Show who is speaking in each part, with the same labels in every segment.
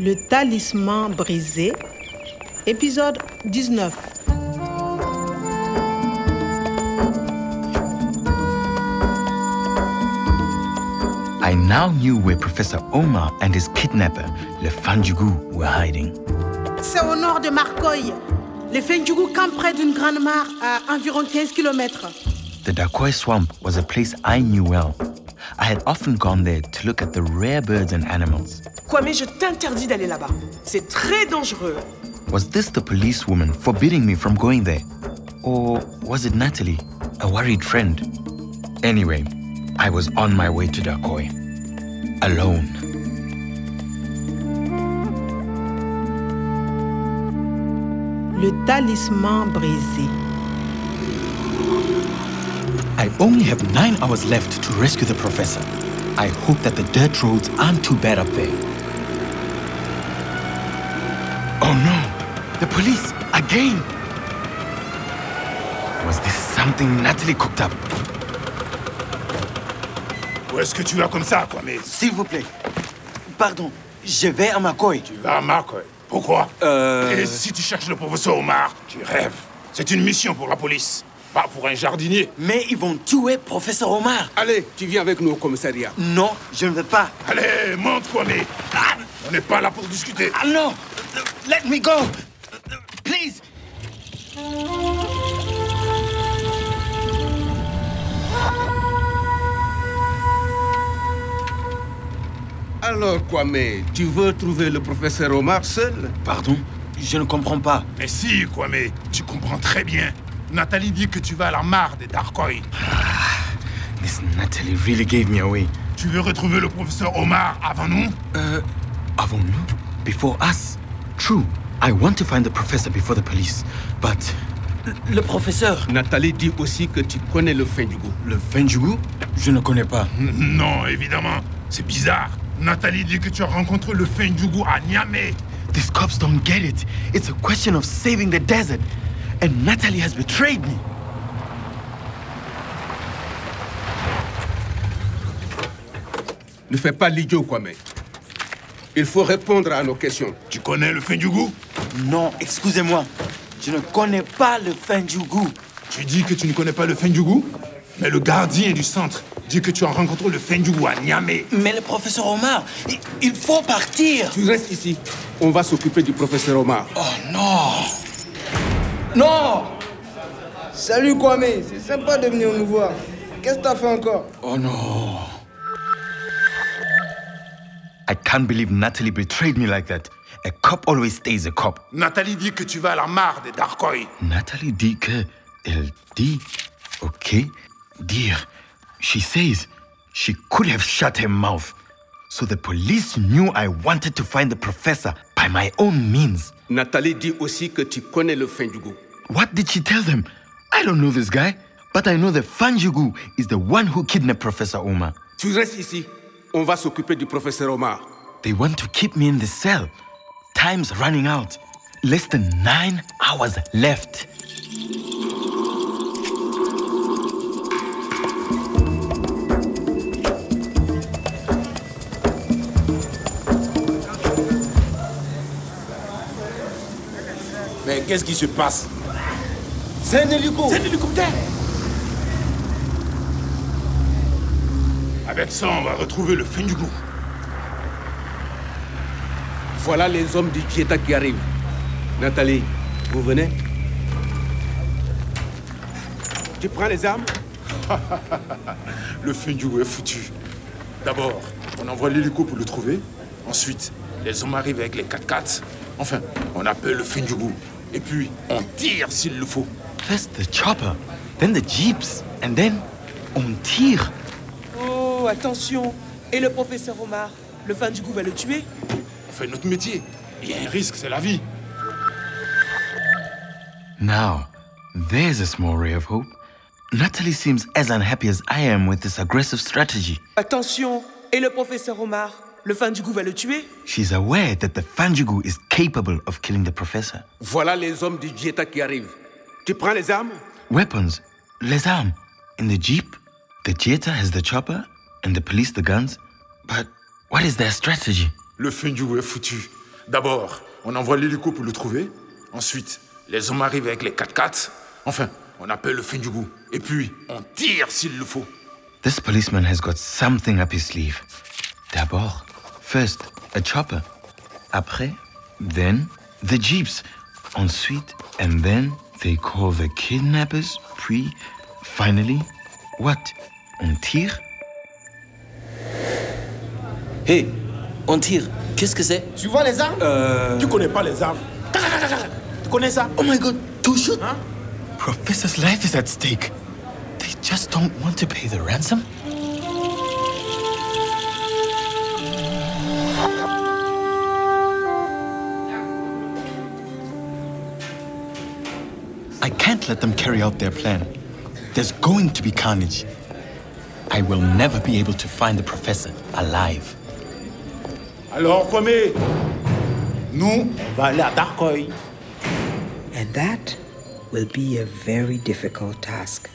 Speaker 1: Le talisman brisé, épisode 19.
Speaker 2: I now knew where Professor Omar and his kidnapper, Le Fanjugu, were hiding.
Speaker 1: C'est au nord de Marcoy. Les Fendjougou campent près d'une grande mare à environ 15 km.
Speaker 2: The Dakoy Swamp was a place I knew well. I had often gone there to look at the rare birds and animals.
Speaker 3: Kwame, je t'interdis d'aller là-bas. C'est très dangereux.
Speaker 2: Was this the policewoman forbidding me from going there? Or was it Natalie, a worried friend? Anyway, I was on my way to Dakoy. Alone.
Speaker 1: Le talisman brisé.
Speaker 2: I only have nine hours left to rescue the professor. I hope that the dirt roads aren't too bad up there. Oh no! The police! Again! Was this something Natalie cooked up?
Speaker 4: Où est-ce que tu vas comme ça, Kwame
Speaker 5: S'il vous plaît. Pardon, je vais à Makoy.
Speaker 4: Tu vas à Marcoy. Pourquoi
Speaker 5: Euh.
Speaker 4: Et si tu cherches le professeur Omar, tu rêves. C'est une mission pour la police, pas pour un jardinier.
Speaker 5: Mais ils vont tuer professeur Omar.
Speaker 6: Allez, tu viens avec nous au commissariat.
Speaker 5: Non, je ne veux pas.
Speaker 4: Allez, monte, Kwame On n'est pas là pour discuter.
Speaker 5: Ah non Let me go Please
Speaker 6: Alors, Kwame, tu veux trouver le professeur Omar seul
Speaker 2: Pardon?
Speaker 5: Je ne comprends pas.
Speaker 4: Mais si, Kwame, tu comprends très bien. Nathalie dit que tu vas à la mare des Darkoi.
Speaker 2: This Natalie really gave me away.
Speaker 4: Tu veux retrouver le professeur Omar avant nous
Speaker 2: Uh, avant nous? Before us? True, I want to find the professor before the police, but.
Speaker 5: Le professeur
Speaker 6: Nathalie dit aussi que tu connais le fin du goût.
Speaker 2: Le Fenjugu? Je ne connais pas.
Speaker 5: Hmm.
Speaker 4: Non, évidemment. C'est bizarre. Nathalie dit que tu as rencontré le Fendjougou à Niamey.
Speaker 2: These cops don't get it. It's a question of saving the desert. And Natalie has betrayed me.
Speaker 6: Ne fais pas l'idiot, Kwame. Il faut répondre à nos questions.
Speaker 4: Tu connais le Fendjougou
Speaker 5: Non, excusez-moi. Je ne connais pas le fin du goût.
Speaker 4: Tu dis que tu ne connais pas le Fendjougou Mais le gardien du centre dit que tu as rencontré le Fendjougou à Niamey.
Speaker 5: Mais le professeur Omar, il, il faut partir.
Speaker 6: Tu restes ici. On va s'occuper du professeur Omar.
Speaker 5: Oh non Non
Speaker 7: Salut Kwame, c'est sympa de venir nous voir. Qu'est-ce que t'as fait encore
Speaker 2: Oh no. I can't believe Natalie betrayed me like that. A cop always stays a cop.
Speaker 4: Nathalie dit que tu vas à la mare des Darkoi.
Speaker 2: Natalie dit que elle dit, okay, dire. She says she could have shut her mouth. So the police knew I wanted to find the professor by my own means.
Speaker 6: Nathalie dit aussi que tu connais le fin du goût.
Speaker 2: What did she tell them? I don't know this guy, but I know the Fanjugu is the one who kidnapped Professor Omar.
Speaker 6: Tu restes ici. On va s'occuper du professeur Omar.
Speaker 2: They want to keep me in the cell. Time's running out. Less than nine hours left.
Speaker 8: Mais qu'est-ce qui se passe
Speaker 5: C'est un hélico
Speaker 8: Un hélicoptère
Speaker 4: Avec ça, on va retrouver le Fendjougou.
Speaker 6: Voilà les hommes du Dieta qui arrivent. Nathalie, vous venez Tu prends les armes
Speaker 4: Le Fendjougou est foutu. D'abord, on envoie l'hélico pour le trouver. Ensuite, les hommes arrivent avec les 4x4. Enfin, on appelle le Fendjougou. Et puis, on tire s'il le faut.
Speaker 2: First the chopper, then the jeeps, and then on tire.
Speaker 3: Oh, attention. Et le professeur Omar Le fan du goût va le tuer
Speaker 4: On fait notre métier. Il y a un risque, c'est la vie.
Speaker 2: Now, there's a small ray of hope. Natalie seems as unhappy as I am with this aggressive strategy.
Speaker 3: Attention. Et le professeur Omar Le fan du goût va le tuer
Speaker 2: She's aware that the Fanjugu is capable of killing the professor.
Speaker 6: Voilà les hommes du Dieta qui arrivent. Tu prends les armes
Speaker 2: Weapons, les armes. In the jeep, the theater has the chopper, and the police the guns. But what is their strategy?
Speaker 4: Le Fendjougou est foutu. D'abord, on envoie l'hélico pour le trouver. Ensuite, les hommes arrivent avec les 4x4. Enfin, on appelle le Finjugu. Et puis, on tire s'il le faut.
Speaker 2: This policeman has got something up his sleeve. D'abord, first, a chopper. Après, then, the jeeps. Ensuite, and then, they call the kidnappers. Puis, finally, what? On tire?
Speaker 5: Hé, on tire. Qu'est-ce que c'est Euh.
Speaker 8: Tu vois les armes Tu connais pas les armes. Tu connais ça
Speaker 2: Oh my god, two shoot! Professor's life is at stake. They just don't want to pay the ransom? I can't let them carry out their plan. There's going to be carnage. I will never be able to find the professor alive.
Speaker 8: Alors, Kwame, nous, on va aller à Darkoy.
Speaker 9: And that will be a very difficult task.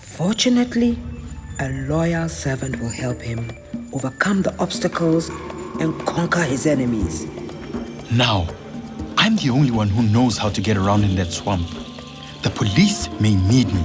Speaker 9: Fortunately, a loyal servant will help him overcome the obstacles and conquer his enemies.
Speaker 2: Now, I'm the only one who knows how to get around in that swamp. The police may need me.